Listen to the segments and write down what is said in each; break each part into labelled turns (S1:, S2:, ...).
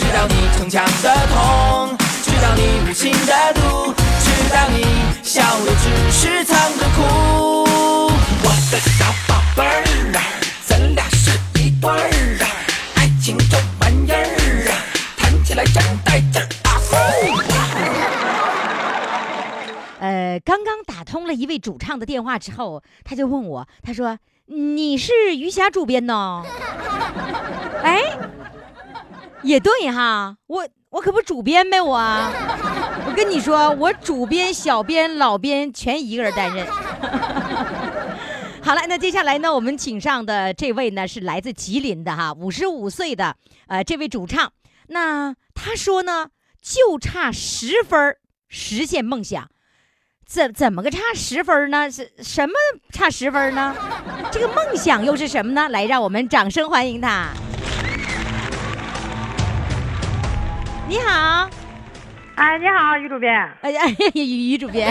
S1: 知道你逞强的痛，知道你无情的毒，知道你笑的只是藏着哭。我的小宝贝儿啊，咱俩是一对儿啊，爱情这玩意儿啊，谈起来真带劲儿啊！呼
S2: 呃，刚刚打通了一位主唱的电话之后，他就问我，他说：“你是余霞主编呢？” 哎，也对哈，我我可不主编呗，我。我跟你说，我主编、小编、老编全一个人担任。 好了，那接下来呢，我们请上的这位呢是来自吉林的哈，五十五岁的呃这位主唱，那他说呢，就差十分儿实现梦想。怎怎么个差十分儿呢？是什么差十分儿呢？这个梦想又是什么呢？来，让我们掌声欢迎他。你好，
S3: 哎，你好，于主编，
S2: 哎呀， 于于主编，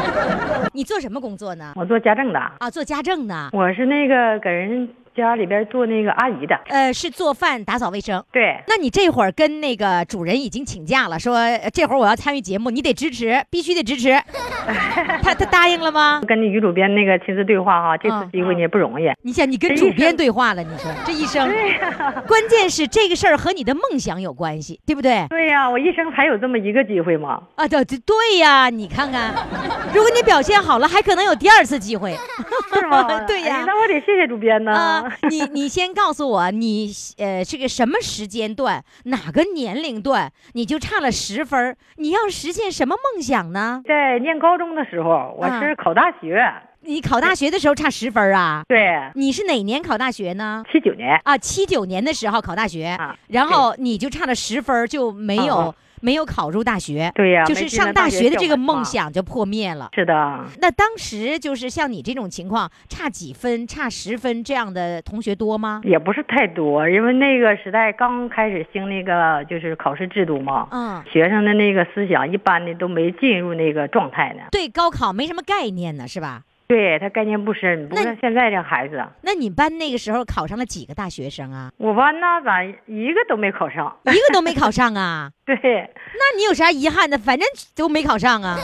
S2: 你做什么工作呢？
S3: 我做家政的，
S2: 啊，做家政呢？
S3: 我是那个给人家里边做那个阿姨的。
S2: 呃，是做饭、打扫卫生。
S3: 对，
S2: 那你这会儿跟那个主人已经请假了，说呃这会儿我要参与节目，你得支持，必须得支持。 他他答应了吗？
S3: 跟那于主编那个亲自对话哈，这次
S2: 嗯
S3: 机会你也不容易。
S2: 你想，你跟主编对话了，你说这一生，关键是这个事儿和你的梦想有关系，对不对？
S3: 对呀、我一生才有这么一个机会 嘛。
S2: 啊，对对对呀，你看看，如果你表现好了，还可能有第二次机会。
S3: 是吗
S2: 对呀
S3: 哎那我得谢谢主编呢。
S2: 啊、你你先告诉我，你呃是个什么时间段，哪个年龄段，你就差了十分儿，你要实现什么梦想呢？
S3: 在念高中的时候，我
S2: 嗯
S3: 是考大学，
S2: 你考大学的时候差十分儿啊？
S3: 对，
S2: 你是哪年考大学呢？
S3: 七九年。
S2: 啊，七九年的时候考大学，
S3: 啊
S2: 然后你就差了十分儿，就没有、
S3: 啊
S2: 没有考入大学，
S3: 对呀、
S2: 就
S3: 没
S2: 是
S3: 进
S2: 上
S3: 那
S2: 大
S3: 学
S2: 学的这
S3: 校
S2: 个
S3: 嘛
S2: 梦。想就破灭了。
S3: 是的，
S2: 那当时就是像你这种情况，差几分、差十分这样的同学多吗？
S3: 也不是太多，因为那个时代刚开始兴那个就是考试制度嘛。
S2: 嗯，
S3: 学生的那个思想一般的都没进入那个状态呢。
S2: 对高考没什么概念呢，是吧？
S3: 对他概念不深，不
S2: 那
S3: 像现在这孩子。
S2: 那你班那个时候考上了几个大学生啊？
S3: 我班呢，咋一个都没考上？
S2: 一个都没考上啊？
S3: 对，
S2: 那你有啥遗憾的？反正都没考上啊。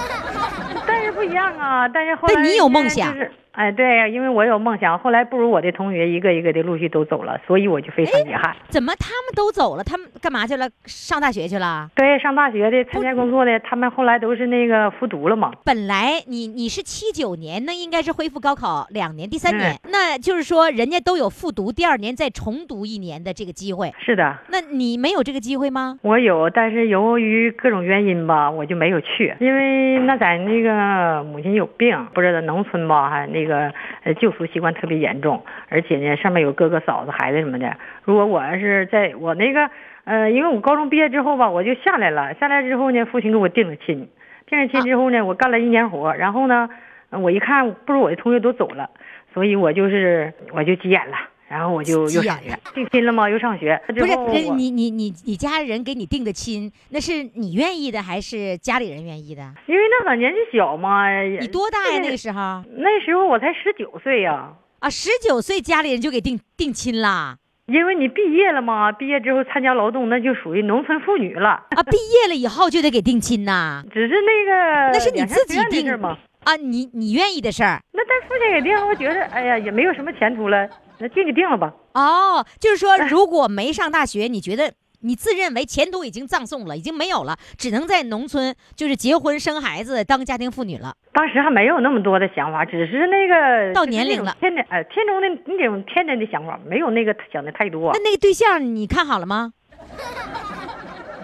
S3: 但是不一样啊。但是后
S2: 但
S3: 来
S2: 你有梦
S3: 人家
S2: 想
S3: 就是哎，对，因为我有梦想。后来不如我的同学一个一个的陆续都走了，所以我就非
S2: 哎
S3: 常遗憾。
S2: 怎么他们都走了？他们干嘛去了？上大学去了？
S3: 对，上大学的、参加工作的，他们后来都是那个复读了嘛。
S2: 本来你你是七九年，那应该是恢复高考两年，第三年，那就是说人家都有复读，第二年再重读一年的这个机会。
S3: 是的，
S2: 那你没有这个机会吗？
S3: 我有，但是由于各种原因吧，我就没有去，因为那咱那个母亲有病，不是农村吧，还那个呃旧俗习惯特别严重，而且呢上面有哥哥嫂子孩子什么的。如果我要是在我那个呃，因为我高中毕业之后吧，我就下来了，下来之后呢，父亲给我定了亲，定
S2: 啊
S3: 了亲之后呢，我干了一年活，然后呢，呃我一看不如我的同学都走了，所以我就是我就急眼了。然后我就
S2: 急
S3: 又上
S2: 眼
S3: 学，定亲了吗？又上学，
S2: 不是，
S3: 之后我
S2: 人你你你你家人给你定的亲，那是你愿意的还是家里人愿意的？
S3: 因为那会儿年纪小嘛，也
S2: 你多大呀？
S3: 对
S2: 那个时候啊，
S3: 那时候我才十九岁呀、
S2: 十九岁家里人就给定定亲啊啦
S3: 因为你毕业了嘛，毕业之后参加劳动，那就属于农村妇女了。
S2: 啊！毕业了以后就得给定亲呐
S3: 只是那个
S2: 那是你
S3: 两厢
S2: 自
S3: 不
S2: 己
S3: 认的
S2: 定
S3: 事儿嘛。
S2: 啊！你你愿意的事儿
S3: 那但父亲给定，我觉 得哎呀也没有什么前途了，那定就定了吧。
S2: 哦，就是说如果没上大学，你觉得你自认为前途已经葬送了，已经没有了，只能在农村就是结婚生孩子当家庭妇女了。
S3: 当时还没有那么多的想法，只是那个
S2: 到
S3: 就是
S2: 年
S3: 那
S2: 龄
S3: 种
S2: 了
S3: 天真哎天中的那种天真的想法，没有那个想的太多啊
S2: 那。那个对象你看好了吗？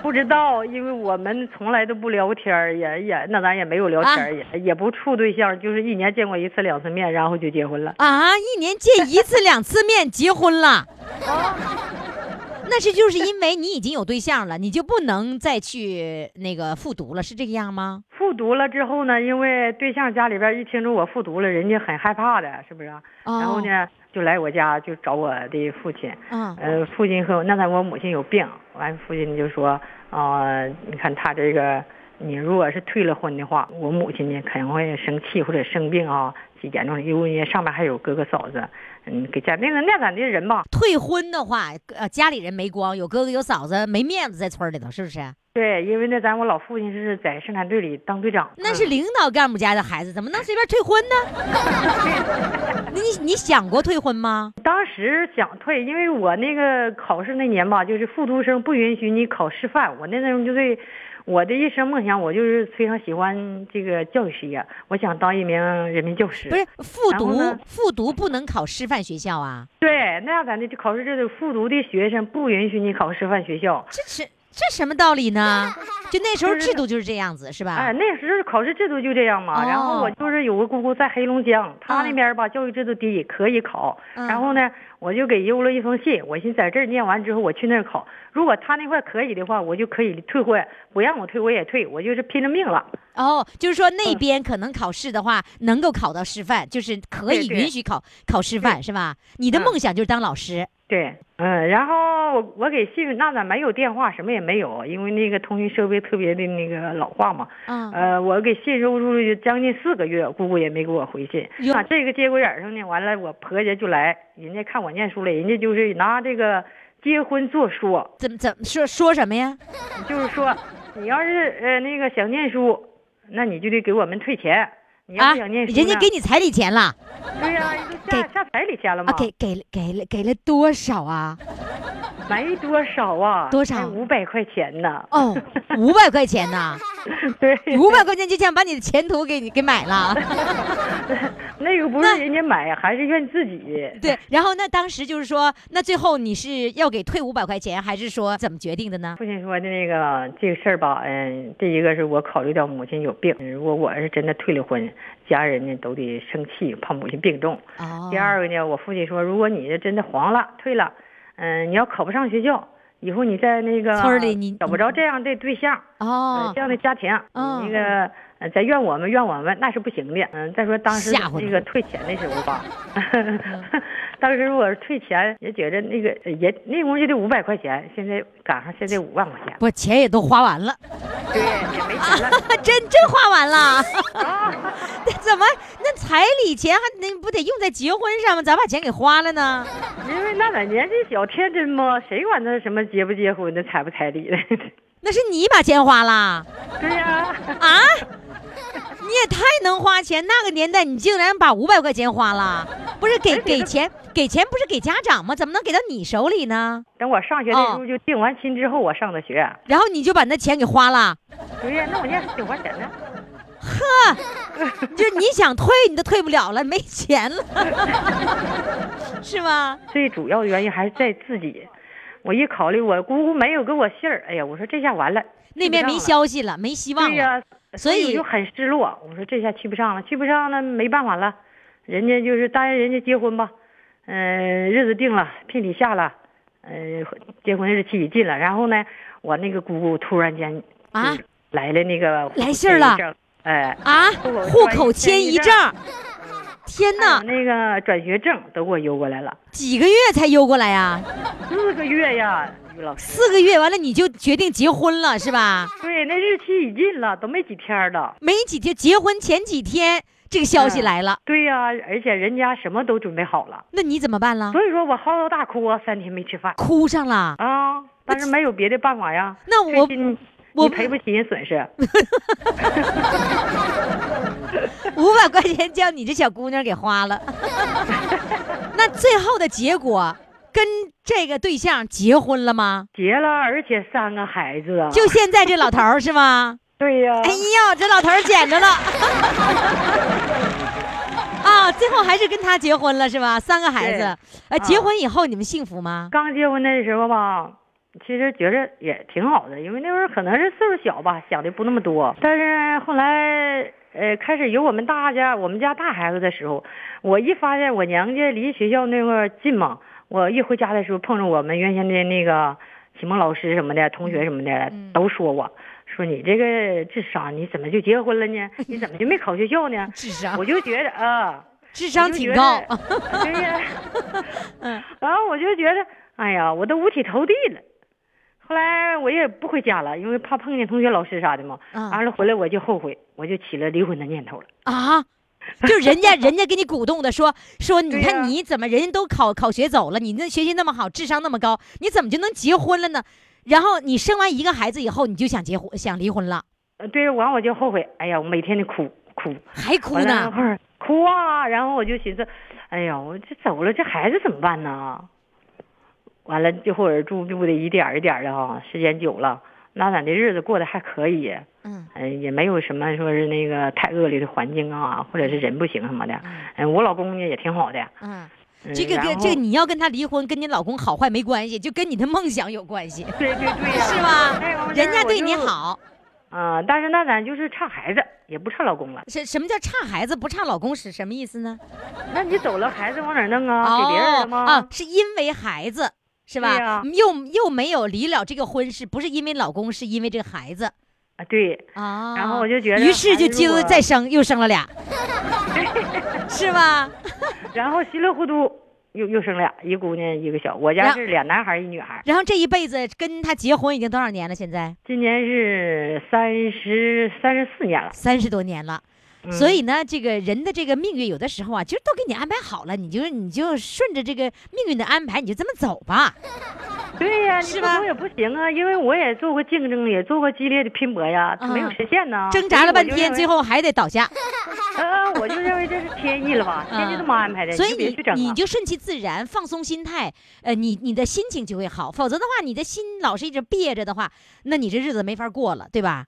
S3: 不知道，因为我们从来都不聊天儿，也也那咱也没有聊天儿，
S2: 啊
S3: 也也不处对象，就是一年见过一次两次面，然后就结婚了。
S2: 啊，一年见一次两次面，结婚了。那是就是因为你已经有对象了，你就不能再去那个复读了，是这个样吗？
S3: 复读了之后呢，因为对象家里边一听说我复读了，人家很害怕的，是不是啊？
S2: 哦
S3: 然后呢，就来我家就找我的父亲。
S2: 嗯，
S3: 呃，父亲和我那咱我母亲有病，完父亲就说，呃，你看他这个，你如果是退了婚的话，我母亲呢可能会生气或者生病啊，严重的，因为人家上面还有哥哥嫂子，嗯，给家那个那咱这人吧，
S2: 退婚的话，呃，家里人没光，有哥哥有嫂子，没面子在村儿里头，是不是？
S3: 对，因为那咱我老父亲是在生产队里当队长，嗯
S2: 那是领导干部家的孩子，怎么能随便退婚 呢？你你想过退婚吗？
S3: 当时想退，因为我那个考试那年吧，就是复读生不允许你考师范。我那时候就对我的一生梦想，我就是非常喜欢这个教育事业，我想当一名人民教师。
S2: 不是复
S3: 然后
S2: 读
S3: 呢，
S2: 复读不能考师范学校啊？
S3: 对，那样咱的考试这得复读的学生不允许你考师范学校。
S2: 这是这什么道 理呢？就那时候
S3: 就是
S2: 制度就是这样子，是吧？
S3: 哎，那时候考试制度就这样嘛。
S2: 哦
S3: 然后我就是有个姑姑在黑龙江，她
S2: 嗯
S3: 那边吧教育制度低，可以考。
S2: 嗯
S3: 然后呢，我就给邮了一封信，我寻思在这儿念完之后我去那儿考。如果他那块儿可以的话，我就可以退婚；不让我退我也退，我就是拼了命了。
S2: 哦，就是说
S3: 嗯
S2: 那边可能考试的话，能够考到师范，就是可以
S3: 对对
S2: 允许考考师范，是吧？你的
S3: 嗯
S2: 梦想就是当老师，
S3: 对，嗯，然后我我给信，那咱没有电话，什么也没有，因为那个通讯设备特别的那个老化嘛。
S2: 嗯，
S3: 呃，我给信收出去将近四个月，姑姑也没给我回信。
S2: 哟
S3: 啊，这个节骨眼儿上呢，完了我婆家就来，人家看我念书了，人家就是拿这个结婚作说，
S2: 怎么怎么说说什么呀？
S3: 就是说，你要是呃那个想念书，那你就得给我们退钱。你要
S2: 啊，
S3: 是想念书呢、
S2: 人家给你彩礼钱了
S3: 对呀、人都下
S2: 给
S3: 下彩礼钱了嘛，
S2: 啊，给给了给了给了多少啊？
S3: 没多少啊，
S2: 多少
S3: 五百块钱呢。
S2: 哦，五百块钱呐，
S3: 对，
S2: 五百块钱就想把你的前途给你给买了。
S3: 那个不
S2: 那
S3: 是人家买，还是怨自己。
S2: 对，然后那当时就是说，那最后你是要给退五百块钱，还是说怎么决定的呢？
S3: 父亲说的那个这个事儿吧，嗯，第一个是我考虑到母亲有病，嗯如果我要是真的退了婚，家人呢都得生气，怕母亲病重。
S2: 哦，
S3: 第二个呢，我父亲说，如果你真的黄了退了，嗯，你要考不上学校，以后你在那个
S2: 村儿里你
S3: 找不着这样的对象，呃
S2: 哦
S3: 这，样的家庭，
S2: 嗯
S3: 你那个呃再怨我们怨我们那是不行的。嗯，再说当时
S2: 吓唬
S3: 那
S2: 嗯你
S3: 个退钱的时候吧， 当时我退钱也觉着那个呃也那功夫就得五百块钱，现在赶上现在五万块钱。
S2: 不，钱也都花完了。
S3: 对，也没钱了。
S2: 真真花完了，那怎么那彩礼钱还那不得用在结婚上吗？咋把钱给花了呢？
S3: 因为那咱年纪小天真嘛，谁管他什么结不结婚的、彩不彩礼的？
S2: 那是你把钱花啦
S3: 对呀、
S2: 啊！你也太能花钱，那个年代你竟然把五百块钱花了，不是
S3: 哎
S2: 给给钱给钱不是给家长吗？怎么能给到你手里呢？
S3: 等我上学的时候就定完亲之后，我上的学。
S2: 然后你就把那钱给 花了，
S3: 对呀、那我念挺花钱的。
S2: 就是你想退你都退不了了，没钱了， 是吗？
S3: 最主要的原因还是在自己。我一考虑，我姑姑没有给我信儿，哎呀，我说这下完了，
S2: 那边没消息了，没希望
S3: 对
S2: 了。
S3: 呀、
S2: 所以
S3: 我就很失落。我说这下去不上了，去不上了，没办法了，人家就是答应人家结婚吧，嗯、日子定了，聘礼下了，嗯、结婚日期已近了。然后呢，我那个姑姑突然间
S2: 啊，
S3: 来了那个
S2: 来信儿
S3: 转
S2: 了
S3: 移证，哎、
S2: 啊，户
S3: 户
S2: 口
S3: 口
S2: 迁
S3: 迁
S2: 移
S3: 移
S2: 证
S3: 证
S2: 儿。天
S3: 还有
S2: 哪，
S3: 那个转学证都给我邮过来了，
S2: 几个月才邮过来呀、
S3: 四个月呀，于老师，
S2: 四个月完了你就决定结婚了是吧？
S3: 对，那日期已近了，都没几天了。
S2: 没几天，结婚前几天这个消息
S3: 嗯
S2: 来了，
S3: 对呀、而且人家什么都准备好了，
S2: 那你怎么办了？
S3: 所以说我嚎啕大哭啊，三天没吃饭
S2: 哭上了。
S3: 啊，但是没有别的办法呀。
S2: 那我
S3: 最近
S2: 我嗯
S3: 你赔不起人损失，
S2: 五百块钱将你这小姑娘给 花了。那最后的结果，跟这个对象结婚了吗？
S3: 结了，而且三个孩子啊，
S2: 就现在这老头儿 是吗？
S3: 对呀、
S2: 哎呦，这老头儿捡着了！啊，最后还是跟他结婚了是吧？三个孩子
S3: 对，
S2: 呃，结
S3: 啊
S2: 婚以后你们幸福吗？
S3: 刚结婚的时候吧，其实觉着也挺好的，因为那会儿可能是岁数小吧，想的不那么多。但是后来，呃，开始有我们大家我们家大孩子的时候，我一发现我娘家离学校那块儿近嘛，我一回家的时候碰着我们原先的那个
S4: 启蒙老师什么的、同学什么的都说我。说你这个智商，你怎么就结婚了呢？你怎么就没考学校呢？
S2: 智商
S4: 我就觉得啊，
S2: 智商挺高
S4: 我，就觉得对呀， 然后我就觉得，哎呀，我都五体投地了。后来我也不回家了，因为怕碰见同学、老师啥的嘛。
S2: 嗯
S4: 完了回来我就后悔，我就起了离婚的念头了。
S2: 啊，就人家人家给你鼓动的说说，你
S4: 对呀
S2: 看你怎么人家都考考学走了，你那学习那么好，智商那么高，你怎么就能结婚了呢？然后你生完一个孩子以后，你就想结婚想离婚了，
S4: 呃，对，完我就后悔，哎呀，我每天的哭哭，
S2: 还哭
S4: 完了
S2: 呢
S4: 那？会儿哭啊，然后我就寻思，哎呀，我这走了，这孩子怎么办呢？完了，这会儿住住的一点儿一点儿的哈，时间久了，那咱这日子过得还可以，
S2: 嗯
S4: 嗯、也没有什么说是那个太恶劣的环境啊，或者是人不行什么的。嗯、我老公呢也挺好的，
S2: 嗯，
S4: 嗯、
S2: 这个
S4: 然
S2: 跟
S4: 后
S2: 这个你要跟他离婚，跟你老公好坏没关系，就跟你的梦想有关系，
S4: 对对对呀、
S2: 是吧
S4: 哎呀？
S2: 人家对你，
S4: 我就
S2: 好，
S4: 啊、但是那咱就是差孩子，也不差老公了。
S2: 什什么叫差孩子不差老公是什么意思呢？
S4: 那你走了，孩子往哪儿弄啊？给别人了吗？
S2: 哦啊，是因为孩子是吧？
S4: 对呀
S2: 又又没有离了这个婚事，不是因为老公，是因为这个孩子
S4: 啊，对，
S2: 啊。
S4: 然后我就觉得哎
S2: 于是就
S4: 孩子
S2: 接
S4: 如
S2: 着
S4: 果
S2: 再生，又生 了俩，是吧？
S4: 然后稀里糊涂又又生俩，一姑娘一个小。我家
S2: 然
S4: 是俩男孩儿一女孩儿，
S2: 然后这一辈子跟他结婚已经多少年了？现在
S4: 今年是三十三十四年了。
S2: 三十多年了。所以呢，这个人的这个命运，有的时候啊，就都给你安排好了，你就你就顺着这个命运的安排，你就这么走吧。
S4: 对呀、你
S2: 是
S4: 不
S2: 吧
S4: 说也不行啊，因为我也做过竞争，也做过激烈的拼搏呀，它没有
S2: 嗯
S4: 实现呢。
S2: 挣扎了半天，
S4: 啊所以
S2: 最后还得倒下。
S4: 我就认为， 呃，我就认为这是天意了 吧，天就这么安排的，
S2: 所以
S4: 就别去整啊。
S2: 你就顺其自然，放松心态，呃，你你的心情就会好。否则的话，你的心老是一直憋着的话，那你这日子没法过了，对吧？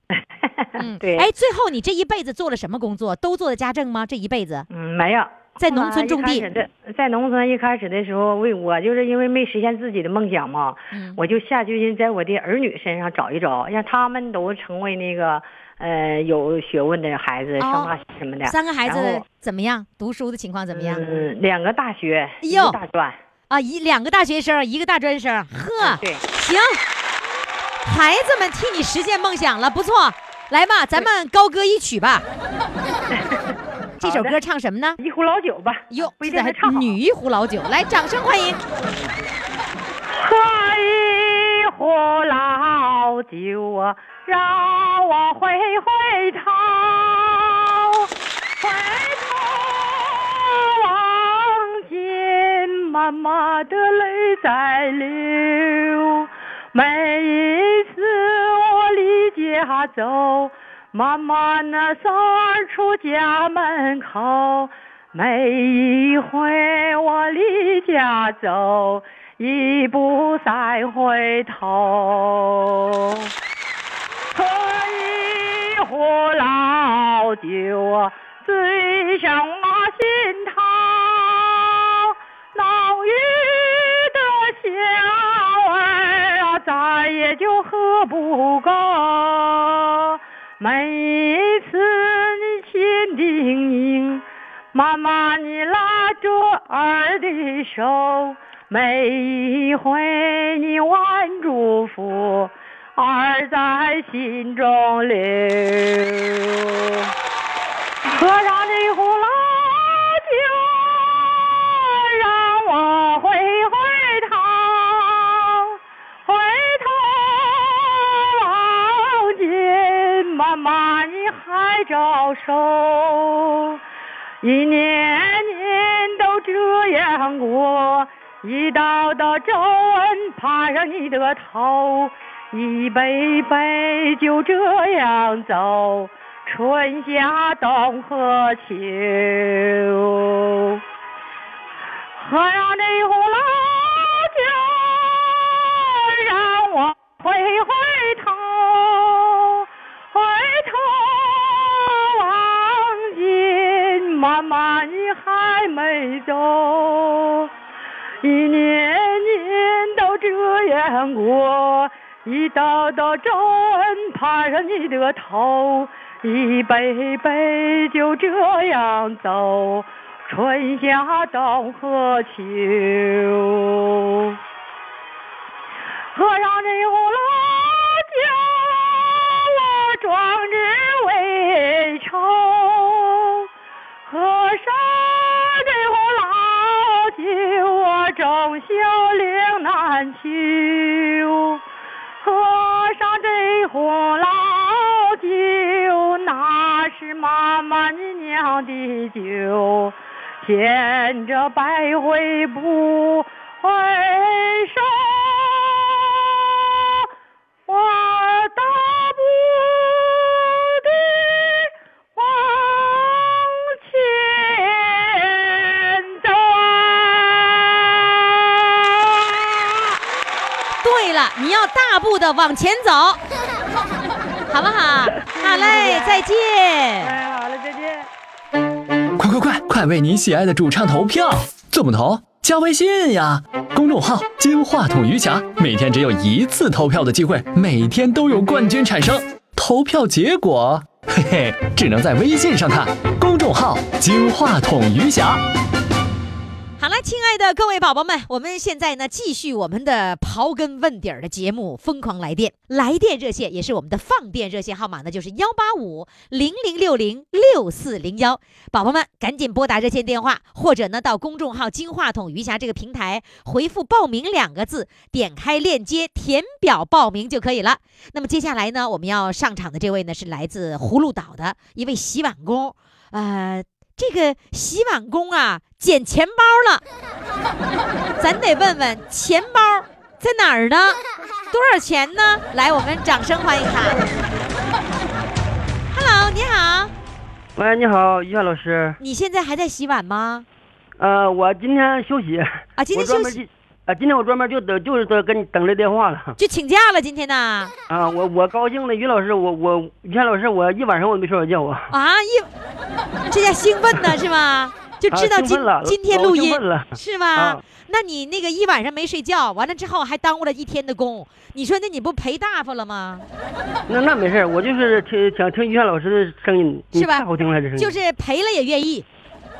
S2: 嗯，
S4: 对
S2: 哎，最后你这一辈子做了什么工作？都做的家政吗？这一辈子
S4: 嗯，没有。
S2: 在农村种地
S4: 后来一开始的在农村一开始的时候，为我就是因为没实现自己的梦想嘛，
S2: 嗯
S4: 我就下决心在我的儿女身上找一找，让他们都成为那个呃有学问的孩子，
S2: 哦
S4: 上大学什么的。
S2: 三个孩
S4: 然
S2: 子
S4: 后
S2: 怎么样？读书的情况怎么样？哎
S4: 嗯，两个大学，一
S2: 呦
S4: 个大专，
S2: 啊，一两个大学生，一个大专生，呵，
S4: 呃嗯对，
S2: 行，孩子们替你实现梦想了，不错。来吧，咱们高歌一 曲吧。这首
S4: 好的
S2: 歌唱什么呢？
S4: 一壶老酒吧。
S2: 哟，
S4: 不一
S2: 这
S4: 定
S2: 还
S4: 能唱好。
S2: 女一壶老酒，来，掌声欢迎！
S4: 喝一壶老酒啊，让我回回头，回头望见妈妈的泪在流。每一次我离家走，妈妈那送出家门口。每一回我离家走，一步三回头。喝一壶老酒啊，醉上我心头。老鱼的小儿啊，再也就喝不够。每一次你千叮咛，妈妈你拉着儿的手，每一回你万祝福，儿在心中留。喝上这壶老酒，让我回回头，回头望见妈妈你还招手，一年年都这样过，一道道皱纹爬上你的头，一杯杯就这样走。春夏冬和秋。喝上这壶老酒，让我回回头，回头望见妈妈你还没走，一年年都这样过，一道道皱纹爬上你的头，一杯杯就这样走。春夏冬和秋。
S3: 喝上这壶老酒，我壮志未酬。喝上这壶老酒，我终究岭南秋。喝上这壶老酒，那是妈妈你酿的酒，牵着百回不回首。我大步地往前走。
S2: 对了，你要大步的往前 走，好不好？好嘞，再见。
S3: 哎，好了，再见。
S5: 快快快快为你喜爱的主唱投票，怎么投？加微信呀，公众号“金话筒余霞”，每天只有一次投票的机会，每天都有冠军产生。投票结果，嘿嘿，只能在微信上看。公众号“金话筒余霞
S2: 好了，亲爱的各位宝宝们，我们现在呢继续我们的刨根问底儿的节目《疯狂来电》，来电热线也是我们的放电热线号码呢，就是幺八五零零六零六四零幺。宝宝们赶紧拨打热线电话，或者呢到公众号“金话筒余霞”这个平台回复“报名”两个字，点开链接填表报名就可以了。那么接下来呢，我们要上场的这位呢是来自葫芦岛的一位洗碗工，呃，这个洗碗工啊，捡钱包了，咱得问问钱包在哪儿呢？多少钱呢？来，我们掌声欢迎他。Hello，你好，
S6: 喂，哎你好，于谦老师。
S2: 你现在还在洗碗吗？
S6: 呃，我今天休息。
S2: 啊，今天
S6: 我专
S2: 休
S6: 门
S2: 息啊
S6: 去。啊，今天我专门就等，就是等跟你等这电话了。
S2: 就请假了，今天呢？
S6: 啊，我我高兴的，于老师，我我于谦老师，我一晚上我也没睡着觉 啊。
S2: 啊，一这家兴奋呢是吗？就知道
S6: 啊兴
S2: 今、
S6: 奋了
S2: 今天
S6: 老
S2: 录
S6: 兴
S2: 音
S6: 奋了
S2: 是吗、
S6: 啊
S2: 那你那个一晚上没睡觉，完了之后还耽误了一天的工，你说那你不赔大发了吗？
S6: 那那没事儿我就是听想听于谦老师的声音，你
S2: 是吧
S6: 太好听了，这声音。
S2: 就是赔了也愿意。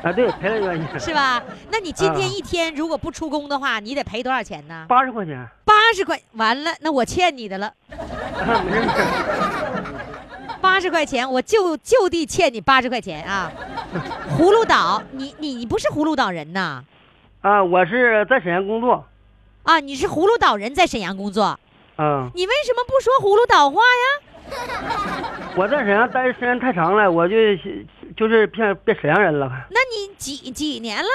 S6: 啊，对，赔了 原因。
S2: 是吧？那你今
S6: 啊
S2: 天一天如果不出工的话，你得赔多少钱呢？
S6: 八十块钱。啊，
S2: 八十块，完了，那我欠你的了，
S6: 啊没事儿没事儿。
S2: 八十块钱，我就就地欠你八十块钱啊！葫芦岛，你你你不是葫芦岛人呐？
S6: 啊，我是在沈阳工作。
S2: 啊，你是葫芦岛人，在沈阳工作，
S6: 嗯，
S2: 你为什么不说葫芦岛话呀？
S6: 我在沈阳待的时间太长了，我就就是变变沈阳人了。
S2: 那你几几年了？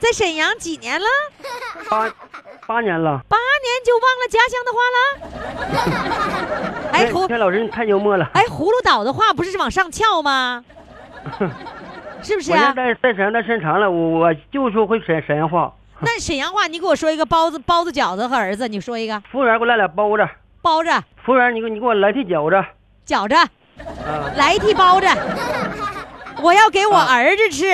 S2: 在沈阳几年了？
S6: 八八年了。
S2: 八年就忘了家乡的话了？ 哎，
S6: 于
S2: 葫
S6: 谦老师，你太幽默了。
S2: 哎，葫芦岛的话不是往上翘 吗？是不是
S6: 我现
S2: 啊？
S6: 在在沈阳待时间长了，我我就说会沈沈阳话。
S2: 那沈阳话，你给我说一个包子、包子、饺子和儿子，你说一个
S6: 服务员给我来俩包子，
S2: 包着、
S6: 服务员你给我你给我来屉饺子，啊
S2: 饺子，来一屉包子，我要给我儿子吃，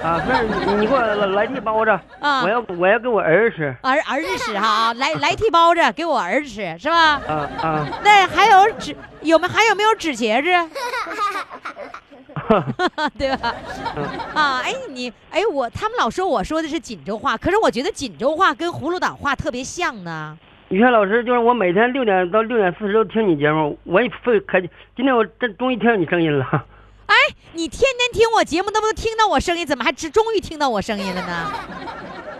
S6: 啊，不是你你给我来来屉包子，
S2: 啊
S6: 我要我要给我儿子吃，
S2: 儿儿子吃哈，啊来来屉包子给我儿子吃是吧？
S6: 啊啊，
S2: 那还有纸有没还有没有纸茄子？ 对吧？啊，哎你哎我他们老说我说的是锦州话，可是我觉得锦州话跟葫芦岛话特别像呢。
S6: 于谦老师就是我每天六点到六点四十都听你节目，我也费可今天我这终于听到你声音了，
S2: 哎，你天天听我节目，那不都听到我声音，怎么还只终于听到我声音了呢？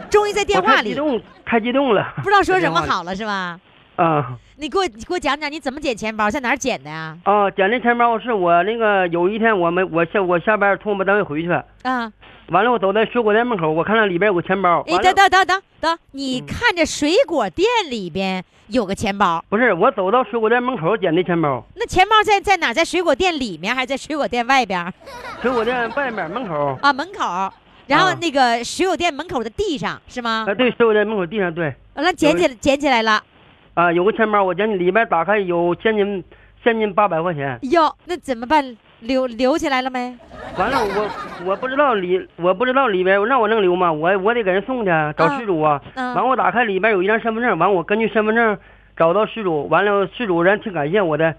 S2: 终于在电
S6: 我
S2: 话
S6: 太激
S2: 里，
S6: 动太激动了，
S2: 不知道说什么好了是吧？
S6: 啊
S2: 你给我你给我讲讲你怎么捡钱包，在哪儿捡的呀？
S6: 啊，捡这钱包是我那个有一天我们我下我下班从我们单位回去，
S2: 啊，
S6: 完了我走在水果店门口，我看到里边有个钱包，
S2: 哎
S6: 完，了
S2: 等等等等等，你看着水果店里边有个钱包，
S6: 不是我走到水果店门口捡的钱包。
S2: 那钱包在在哪儿？在水果店里面还是在水果店外边儿
S6: 水果店外面门口，
S2: 啊？门口，然后
S6: 啊
S2: 那个水果店门口的地上是吗
S6: 啊，？对，水果店门口地上，对，
S2: 完了捡起来捡起来了，
S6: 啊，有个钱包，我捡起里边打开有现金，现金八百块钱。
S2: 哟，那怎么办？留留起来了没？
S6: 完了，我我不知道里，我不知道里边，让我能留吗？我我得给人送去，找失主啊。
S2: 嗯
S6: 完我打开里边有一张身份证，完我根据身份证找到失主，完了失主人挺感谢我的，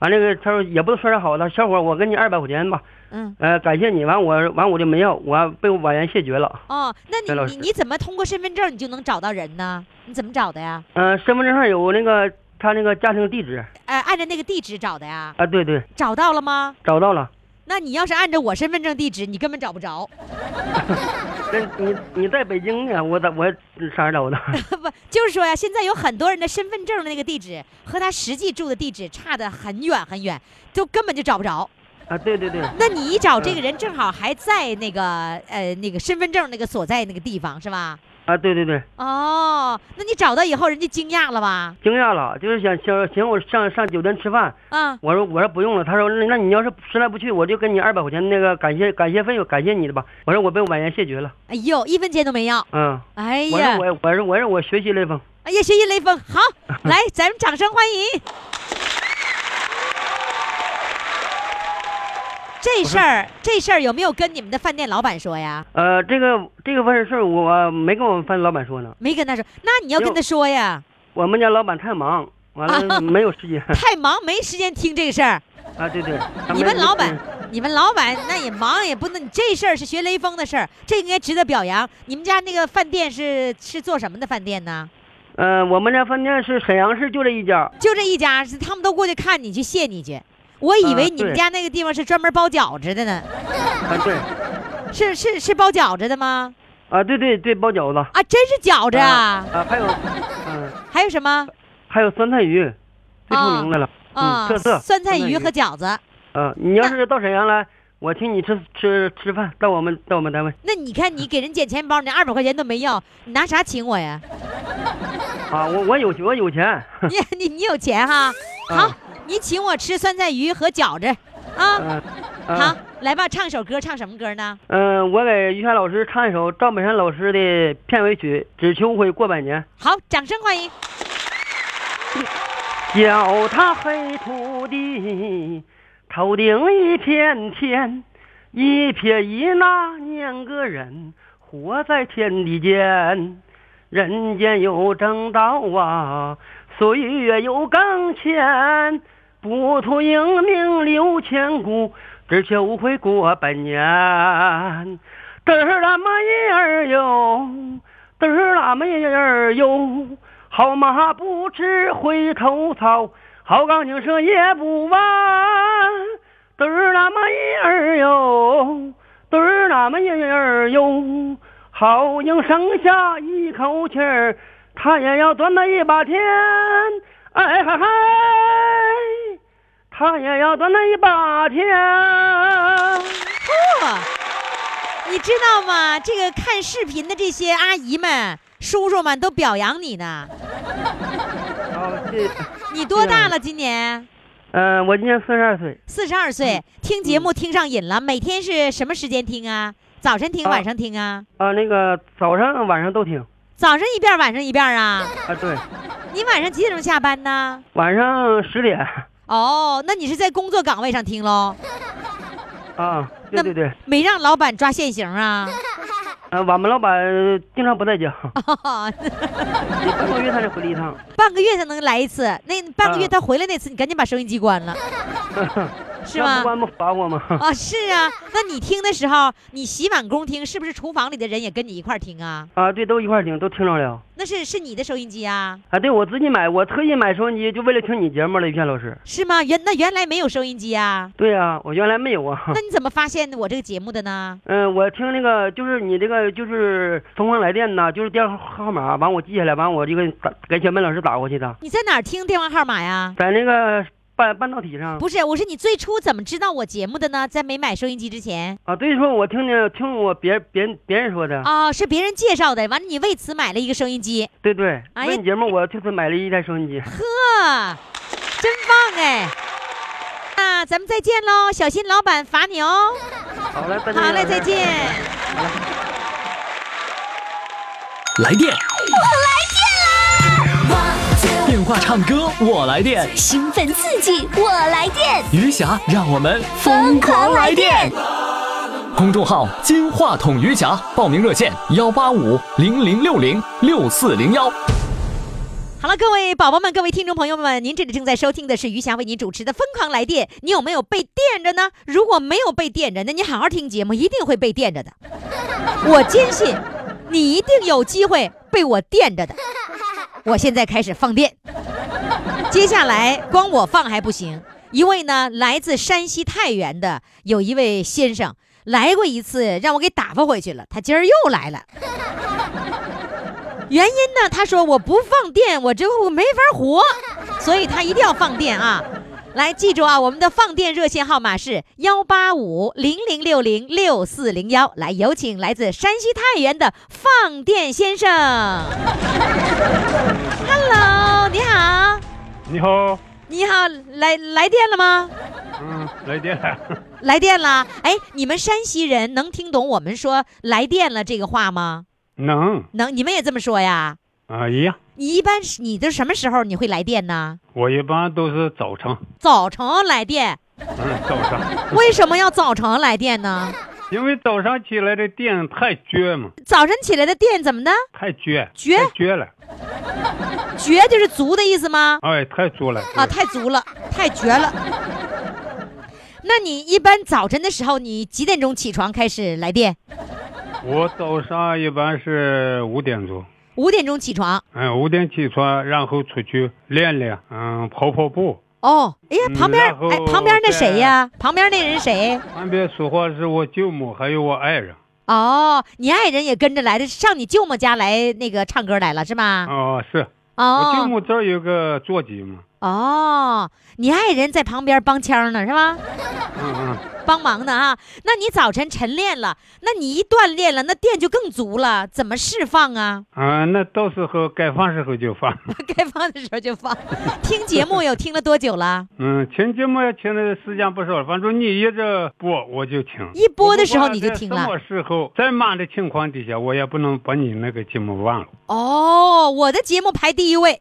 S6: 完那个他说也不是说啥好的，小伙儿我给你二百块钱吧，
S2: 嗯，
S6: 呃，感谢你。完我完我就没要，我被婉言谢绝了。
S2: 哦，那
S6: 对老
S2: 你
S6: 师
S2: 你你怎么通过身份证你就能找到人呢？你怎么找的呀？
S6: 呃，身份证上有那个他那个家庭地址
S2: 呃，按照那个地址找的呀？
S6: 啊，对对，
S2: 找到了吗？
S6: 找到了。
S2: 那你要是按照我身份证地址，你根本找不着。
S6: 那你你在北京呢？我咋我啥找的？
S2: 不，就是说呀，现在有很多人的身份证的那个地址和他实际住的地址差得很远很远，就根本就找不着。
S6: 啊，对对对，
S2: 那你一找这个人，正好还在那个呃那个身份证那个所在那个地方是吧？
S6: 啊，对对对，
S2: 哦，那你找到以后，人家惊讶了吧？
S6: 惊讶了，就是想想请我上上酒店吃饭，
S2: 啊，
S6: 我说我说不用了，他说那那你要是实在不去，我就给你二百块钱那个感谢感谢费，感谢你的吧。我说我被婉言谢绝了，
S2: 哎呦，一分钱都没要。
S6: 嗯，
S2: 哎
S6: 我
S2: 呀
S6: 说，我我说我说我学习雷锋，
S2: 哎呀，学习雷锋， 好，来，咱们掌声欢迎。这事儿，这事儿有没有跟你们的饭店老板说呀？
S6: 呃，这个这个完事儿我没跟我们饭店老板说呢，
S2: 没跟他说，那你要跟他说呀，
S6: 我们家老板太忙，完
S2: 啊
S6: 了 没有时间
S2: 太忙没时间听这事儿。
S6: 啊，对对，他
S2: 你
S6: 没
S2: 们
S6: 有
S2: 老
S6: 时间
S2: 板，你们老板那也忙，也不能。你这事儿是学雷锋的事儿，这应该值得表扬。你们家那个饭店是是做什么的饭店呢？
S6: 呃，我们家饭店是沈阳市就这一家，
S2: 就这一家，是他们都过去看你去谢你去。我以为
S6: 啊
S2: 你
S6: 对
S2: 们家那个地方是专门包饺子的呢，
S6: 啊对，
S2: 是是是包饺子的吗？
S6: 啊对对对，包饺子，
S2: 啊，真是饺子啊！
S6: 啊还有，嗯，
S2: 还有什么
S6: 还有酸菜鱼，最出
S2: 啊
S6: 名的了，
S2: 啊
S6: 嗯，特色？
S2: 酸菜鱼和饺子。
S6: 嗯，你要是到沈阳来，我请你吃吃吃饭，到我们到我们单位
S2: 那你看，你给人捡钱包，你二百块钱都没要，你拿啥请我呀？
S6: 啊，我我有我有钱，
S2: 你你你有钱哈？
S6: 嗯
S2: 好，你请我吃酸菜鱼和饺子啊！
S6: 嗯，
S2: 好
S6: 啊，，
S2: 来吧，唱首歌，唱什么歌呢？
S6: 嗯，我给于霞老师唱一首赵本山老师的片尾曲《只求会过百年》。
S2: 好，掌声欢迎。
S6: 脚踏黑土地，头顶一片天，一撇一捺念个人，活在天地间。人间有正道啊，岁月有更迁，不图英名留千古，只求会过百年。嘚儿啦嘛耶儿哟，嘚儿啦嘛耶儿哟，好马不吃回头草，好钢琴声也不弯。嘚儿啦嘛耶儿哟，嘚儿啦嘛耶儿哟，好鹰生下一口气儿，它也要钻那一把天。哎嗨嗨，它也要钻那一把天。
S2: 呵，哦你知道吗？这个看视频的这些阿姨们、叔叔们都表扬你呢。
S6: 好，谢谢。
S2: 你多
S6: 啊
S2: 大了？今年
S6: 嗯、我今年四十二岁，
S2: 四十二
S6: 嗯
S2: 岁，听节目听上瘾了。每天是什么时间听啊？早晨听，
S6: 啊
S2: 晚上听啊？
S6: 啊、那个早上晚上都听，
S2: 早上一遍，晚上一遍啊？
S6: 啊，对，
S2: 你晚上几点钟下班呢？
S6: 晚上十点，
S2: 哦，那你是在工作岗位上听喽？
S6: 啊，对
S2: 那
S6: 对对，
S2: 没让老板抓现 行啊？
S6: 呃，我们老板经常不在家，
S2: 哦
S6: 半个月他才回来一趟，
S2: 半个月才能来一次，那半个月
S6: 啊
S2: 他回来那次，你赶紧把收音机 关了，是
S6: 要不
S2: 吗？
S6: 关不罚我吗？
S2: 啊，是啊。那你听的时候，你洗碗工听，是不是厨房里的人也跟你一块儿听啊？
S6: 啊，对，都一块儿听，都听着了。
S2: 那是是你的收音机啊？
S6: 啊，对我自己买，我特意买收音机就为了听你节目了，于谦老师。
S2: 是吗？原那原来没有收音机啊？
S6: 对呀、我原来没有 啊。
S2: 那你怎么发现我这个节目的呢？
S6: 嗯、我听那个就是你这个就是疯狂来电呐，就是电话号码，完我记下来，完我就给打给小妹老师打过去的，
S2: 你在哪儿听电话号码呀？
S6: 在那个半半导体上。
S2: 不是，我是你最初怎么知道我节目的呢？在没买收音机之前
S6: 啊，对说，我听见听我别别人别人说的，
S2: 啊、是别人介绍的。完了，你为此买了一个收音机，
S6: 对对。
S2: 哎
S6: 为你节目，我这次买了一台收音 机。
S2: 呵，真棒哎！那咱们再见喽，小心老板罚你哦。
S6: 好嘞，再见。
S2: 好嘞，再见。
S5: 来电，电话唱歌我来电，
S7: 兴奋刺激，我来电！
S5: 余霞让我们
S7: 疯狂来电！
S5: 公众号“金话筒余霞”，报名热线：幺八五零零六零六四零幺。
S2: 好了，各位宝宝们，各位听众朋友们，您这里正在收听的是余霞为您主持的《疯狂来电》，你有没有被电着呢？如果没有被电着，那你好好听节目，一定会被电着的。我坚信，你一定有机会被我电着的。我现在开始放电，接下来光我放还不行，一位呢来自山西太原的有一位先生来过一次，让我给打发回去了，他今儿又来了。原因呢？他说我不放电，我这我没法活，所以他一定要放电啊！来，记住啊，我们的放电热线号码是幺八五零零六零六四零幺。来，有请来自山西太原的放电先生。Hello，你好，
S8: 你好，
S2: 你好，来来电了吗？
S8: 嗯，来电了，
S2: 来电了。哎，你们山西人能听懂我们说“来电了”这个话吗？
S8: 能
S2: 能，你们也这么说呀？
S8: 啊，一样。
S2: 你一般是你都什么时候你会来电呢？
S8: 我一般都是早晨，
S2: 早晨来电，
S8: 嗯，早上，
S2: 为什么要早晨来电呢？
S8: 因为早上起来的电太撅嘛，
S2: 早晨起来的电怎么的？
S8: 太撅，
S2: 撅
S8: 太撅了，
S2: 绝就是足的意思吗？
S8: 哎，太足了
S2: 啊，太足了，太绝了。那你一般早晨的时候，你几点钟起床开始来电？
S8: 我早上一般是五点钟，
S2: 五点钟起床。
S8: 嗯，五点起床，然后出去练练，嗯，跑跑步。
S2: 哦，哎呀，
S8: 嗯
S2: 旁边
S8: 然后啊
S2: 哎，旁边那
S8: 再
S2: 谁呀？旁边那人谁？
S8: 旁边说话是我舅母还有我爱人，
S2: 哦，你爱人也跟着来的，上你舅母家来那个唱歌来了是吧？
S8: 哦，是我舅
S2: 啊哦
S8: 母这儿有个座机嘛，
S2: 哦，你爱人在旁边帮腔呢是吧？
S8: 嗯嗯，
S2: 帮忙呢啊。那你早晨晨练了，那你一锻炼了，那电就更足了，怎么释放啊？
S8: 嗯，那到时候该放时候就放，
S2: 该放的时候就放。听节目有听了多 久了？
S8: 嗯，听节目也听的时间不少，反正你一直播我就听。
S2: 一播的时候你就听
S8: 我
S2: 了
S8: 不。管在什么时候，在忙的情况底下，我也不能把你那个节目忘了。
S2: 哦，我的节目排第 一位，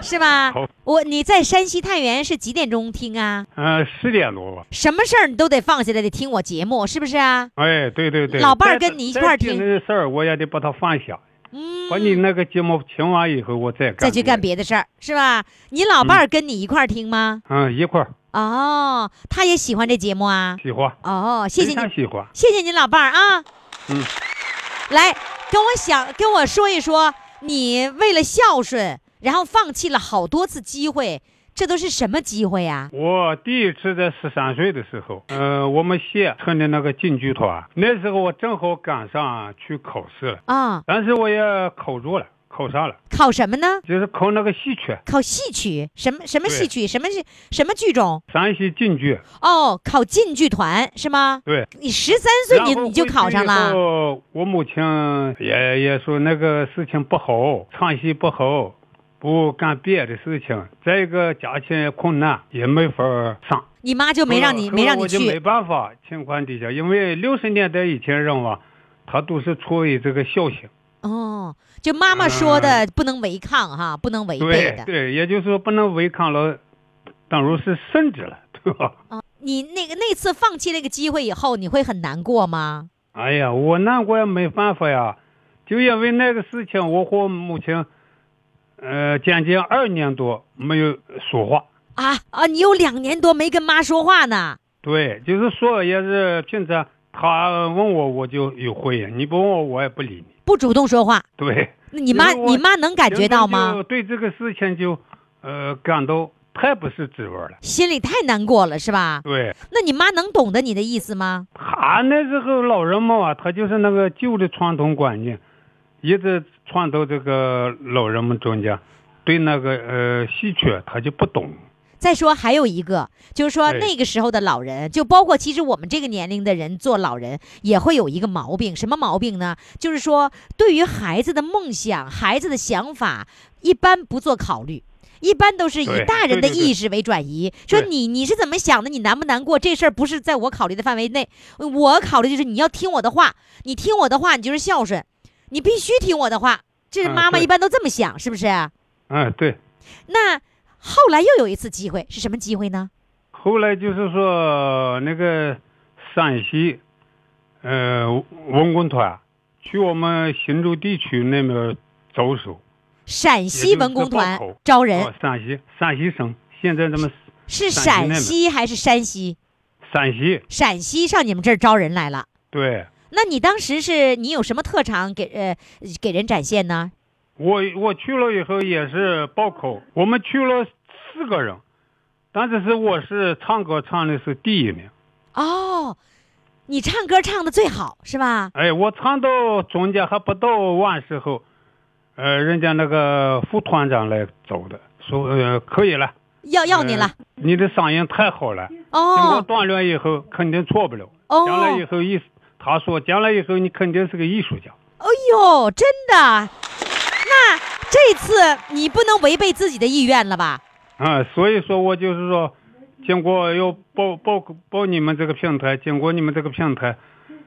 S2: 是吧
S8: 好？
S2: 我你在山西太原是几点钟听啊？
S8: 嗯、十点多吧。
S2: 什么事儿你都得放下来，得听我节目，是不是啊？
S8: 哎，对对对，
S2: 老伴儿
S8: 再
S2: 跟你一块儿
S8: 再
S2: 听
S8: 的事儿，我也得把它放下，
S2: 嗯，
S8: 把你那个节目听完以后，我再干嗯
S2: 再去干
S8: 别的。
S2: 别的事儿，是吧？你老伴儿跟你一块儿听吗？
S8: 嗯，一块儿
S2: 哦，他也喜欢这节目啊。
S8: 喜欢，
S2: 哦，谢谢
S8: 非
S2: 你
S8: 常，喜欢。
S2: 谢谢您老伴儿啊。
S8: 嗯，
S2: 来跟我想跟我说一说，你为了孝顺，然后放弃了好多次机会，这都是什么机会啊呀、
S8: 我第一次在十三岁的时候，呃，我们县村的那个京剧团，那时候我正好赶上去考试了，
S2: 啊？
S8: 但是我也考住了，考上了，
S2: 考什么呢？
S8: 就是考那个戏曲，
S2: 考戏曲，什么什么
S8: 对
S2: 戏曲，什么是什么剧种？
S8: 山西京剧。
S2: 哦，考进剧团是吗？
S8: 对，
S2: 你十三岁你你就考上
S8: 然
S2: 了，
S8: 后我母亲也也说那个事情不好，唱戏不好，不干别的事情。再一个家庭困难，也没法儿上，
S2: 你妈就没让你
S8: 后来
S2: 没让你
S8: 嗯我就没
S2: 去。
S8: 办法情况底下，因为六十年代以前人啊，他都是出于这个孝心，
S2: 哦，就妈妈说的不能违抗哈，不能违背
S8: 嗯对
S2: 的。
S8: 对，也就是说不能违抗了，等于是圣旨了，对吧？
S2: 你那个那次放弃那个机会以后，你会很难过吗？
S8: 哎呀，我难过也没办法呀，就因为那个事情，我和母亲，呃，将近二年多没有说话。
S2: 啊啊！你有两年多没跟妈说话呢。
S8: 对，就是说也是平常她问我我就有回应，你不问我我也不理你。
S2: 不主动说话，
S8: 对，
S2: 那你妈
S8: 因为我
S2: 你妈能感觉到吗？？
S8: 对这个事情就，呃，感到太不是滋味了。
S2: 心里太难过了是吧？
S8: 对，
S2: 那你妈能懂得你的意思吗？
S8: 他那时候老人们啊，他就是那个旧的传统观念，一直传到这个老人们中间，对那个呃戏曲他就不懂。
S2: 再说还有一个，就是说
S8: 对
S2: 那个时候的老人，就包括其实我们这个年龄的人做老人，也会有一个毛病，什么毛病呢？就是说对于孩子的梦想、孩子的想法，一般不做考虑。一般都是以
S8: 对
S2: 大人的
S8: 对对对
S2: 意识为转移，
S8: 对
S2: 说你你是怎么想的，你难不难过？这事儿不是在我考虑的范围内，我考虑就是你要听我的话，你听我的话，你就是孝顺，你必须听我的话。这是
S8: 嗯
S2: 妈妈
S8: 对
S2: 一般都这么想，是不是？啊
S8: 嗯，对。
S2: 那后来又有一次机会，是什么机会呢？
S8: 后来就是说那个陕西，呃，文工团去我们忻州地区那边招手，
S2: 陕西文工
S8: 也
S2: 团
S8: 就是报口
S2: 招人
S8: 哦，，陕西陕西省现在咱们
S2: 是
S8: 陕西
S2: 陕
S8: 那
S2: 西还是山西？
S8: 陕西
S2: 陕西上你们这儿招人来了。
S8: 对
S2: 那你当时是你有什么特长给呃给人展现呢？
S8: 我我去了以后也是报口，我们去了四个人，但是是我是唱歌唱的是第一名，
S2: 哦，你唱歌唱的最好是吧？
S8: 哎，我唱到中间还不到完时候，呃，人家那个副团长来走的，说呃可以了，
S2: 要要你
S8: 呃
S2: 了、
S8: 你的嗓音太好了，经过
S2: 哦
S8: 锻炼以后肯定错不了，将来以
S2: 哦，
S8: 后一他说将来以后你肯定是个艺术家。
S2: 哎呦，真的，那这次你不能违背自己的意愿了吧？
S8: 啊，所以说我就是说，经过要报报报你们这个平台，经过你们这个平台，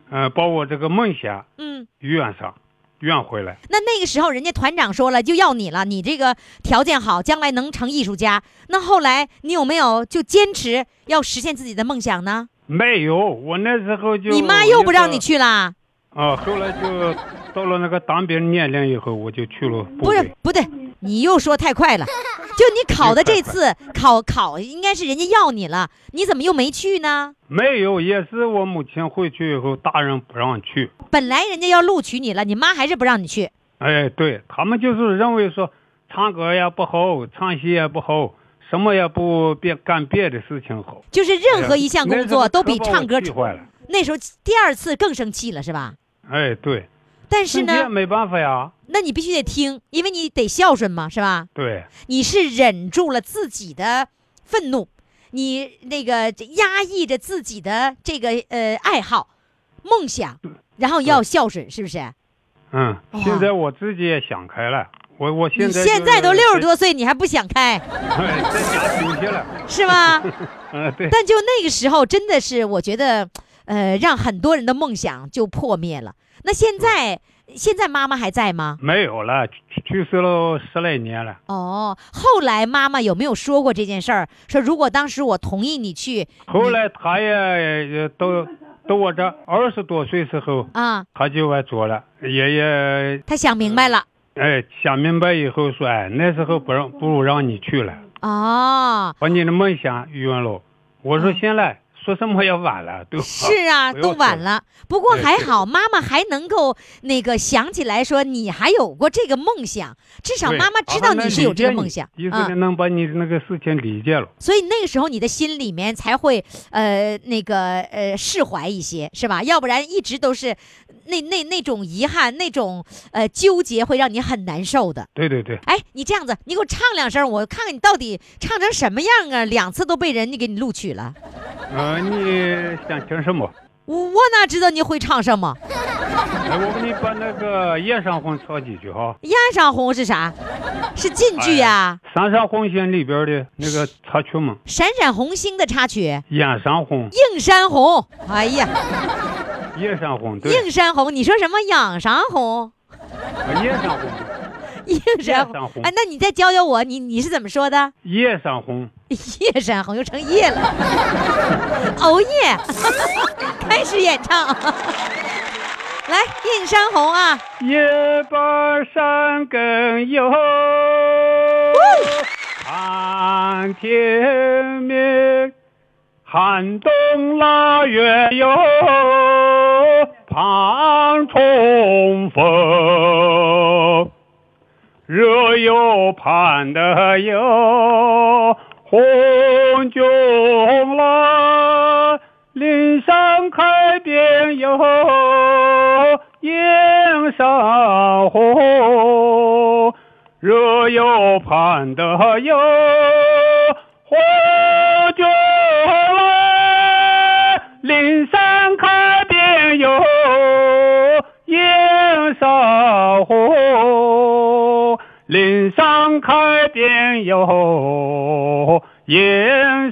S8: 呃，把我这个梦想
S2: 嗯，
S8: 圆上，圆回来。
S2: 那那个时候人家团长说了就要你了，你这个条件好，将来能成艺术家。那后来你有没有就坚持要实现自己的梦想呢？
S8: 没有，我那时候就
S2: 你妈又不让你
S8: 去
S2: 去啦？
S8: 啊，后来就到了那个当兵年龄以后，我就去了部
S2: 不是
S8: 队。
S2: 不对，你又说太 快了。就你考的这次考考，应该是人家要你了，你怎么又没去呢？
S8: 没有，也是我母亲回去以后，大人不让去。
S2: 本来人家要录取你了，你妈还是不让你去。
S8: 哎，对他们就是认为说，唱歌也不好，唱戏也不好，什么也不别干别的事情好。
S2: 就是任何一项工作都比唱歌
S8: 那时候可把我气坏了。
S2: 那时候第二次更生气了，是吧？
S8: 哎，对，
S2: 但是
S8: 那这也
S2: 呢，
S8: 没办法呀。
S2: 那你必须得听，因为你得孝顺嘛，是吧？
S8: 对，
S2: 你是忍住了自己的愤怒，你那个压抑着自己的这个呃爱好、梦想，然后要孝顺，是不是？
S8: 嗯，
S2: 哇
S8: 现在我自己也想开了，我我现
S2: 你
S8: 在
S2: 现在都六十
S8: 多，
S2: 多岁，你还不想开？
S8: 哎在家休息了。
S2: 是吧？
S8: 嗯， 对，
S2: 但就那个时候，真的是我觉得，呃，让很多人的梦想就破灭了。那现在，现在妈妈还在吗？
S8: 没有了，去去世了十来年了。
S2: 哦，后来妈妈有没有说过这件事儿？说如果当时我同意你去
S8: 后来他也也都到我这二十多岁时候，
S2: 啊，
S8: 他就来做了，也也
S2: 她想明白了
S8: 哎想明白以后说，哎那时候不让不如让你去了，
S2: 哦，
S8: 把你的梦想圆了。我说现在说什么也晚了，对吧？
S2: 啊是啊，
S8: 不要
S2: 都晚
S8: 说
S2: 了。不过
S8: 哎
S2: 还
S8: 对
S2: 好，妈妈还能够那个想起来说你还有过这个梦想，至少
S8: 对
S2: 妈妈知道你是有这个梦想
S8: 意
S2: 啊
S8: 思。能把你那个事情理解了。
S2: 所以那个时候你的心里面才会呃那个呃释怀一些，是吧？要不然一直都是那那那种遗憾、那种呃纠结，会让你很难受的。
S8: 对对对，
S2: 哎，你这样子，你给我唱两声，我看看你到底唱成什么样啊？两次都被人家给你录取了，
S8: 呃，你想听什么？
S2: 我我哪知道你会唱什么？
S8: 哎，我给你把那个《夜上红》唱几句哈。
S2: 压上红是啥？是晋
S8: 哎
S2: 剧呀、
S8: 《山上红星》里边的那个插曲嘛，
S2: 闪闪红星的插曲，
S8: 《燕山红》
S2: 映山红。哎呀，
S8: 《夜上红》对，
S2: 映山红，你说什么？仰山红，
S8: 啊《夜上红》
S2: 映山红。
S8: 山红
S2: 哎，那你再教教我，你你是怎么说的？
S8: 《夜上红》
S2: 夜山红又成夜 了，熬夜， 开始演唱， 来映山红啊！
S8: 夜半山更幽，寒天明，寒冬腊月有，盼重逢。热又盼得有，红军来，岭上开遍有，映山红。热又盼得有，红军来，岭上开遍有，映山红。岭上开遍有映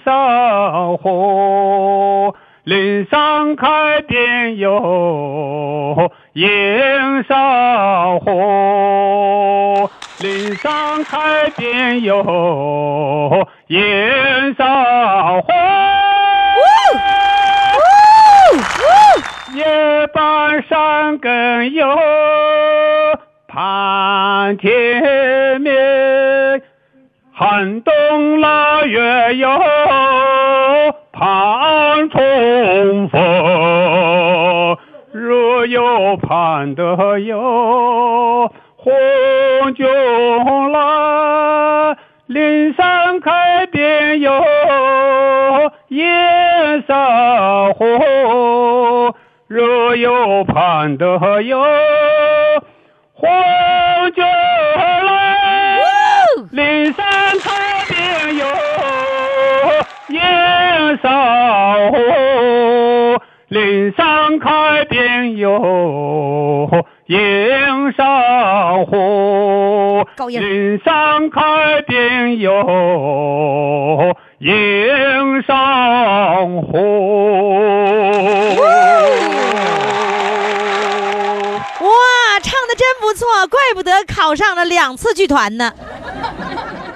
S8: 山红，岭上开遍有映山红，岭上开遍有映山红。夜半山更幽，盼
S9: 看天明，寒冬腊月又盼重逢。若有盼得有红军来，林山开遍有夜山红。若有盼得有红军来，林山开遍有夜山红。岭上开遍有映山红
S2: 高，音
S9: 岭上开遍有映山红。
S2: 哇，唱的真不错，怪不得考上了两次剧团呢。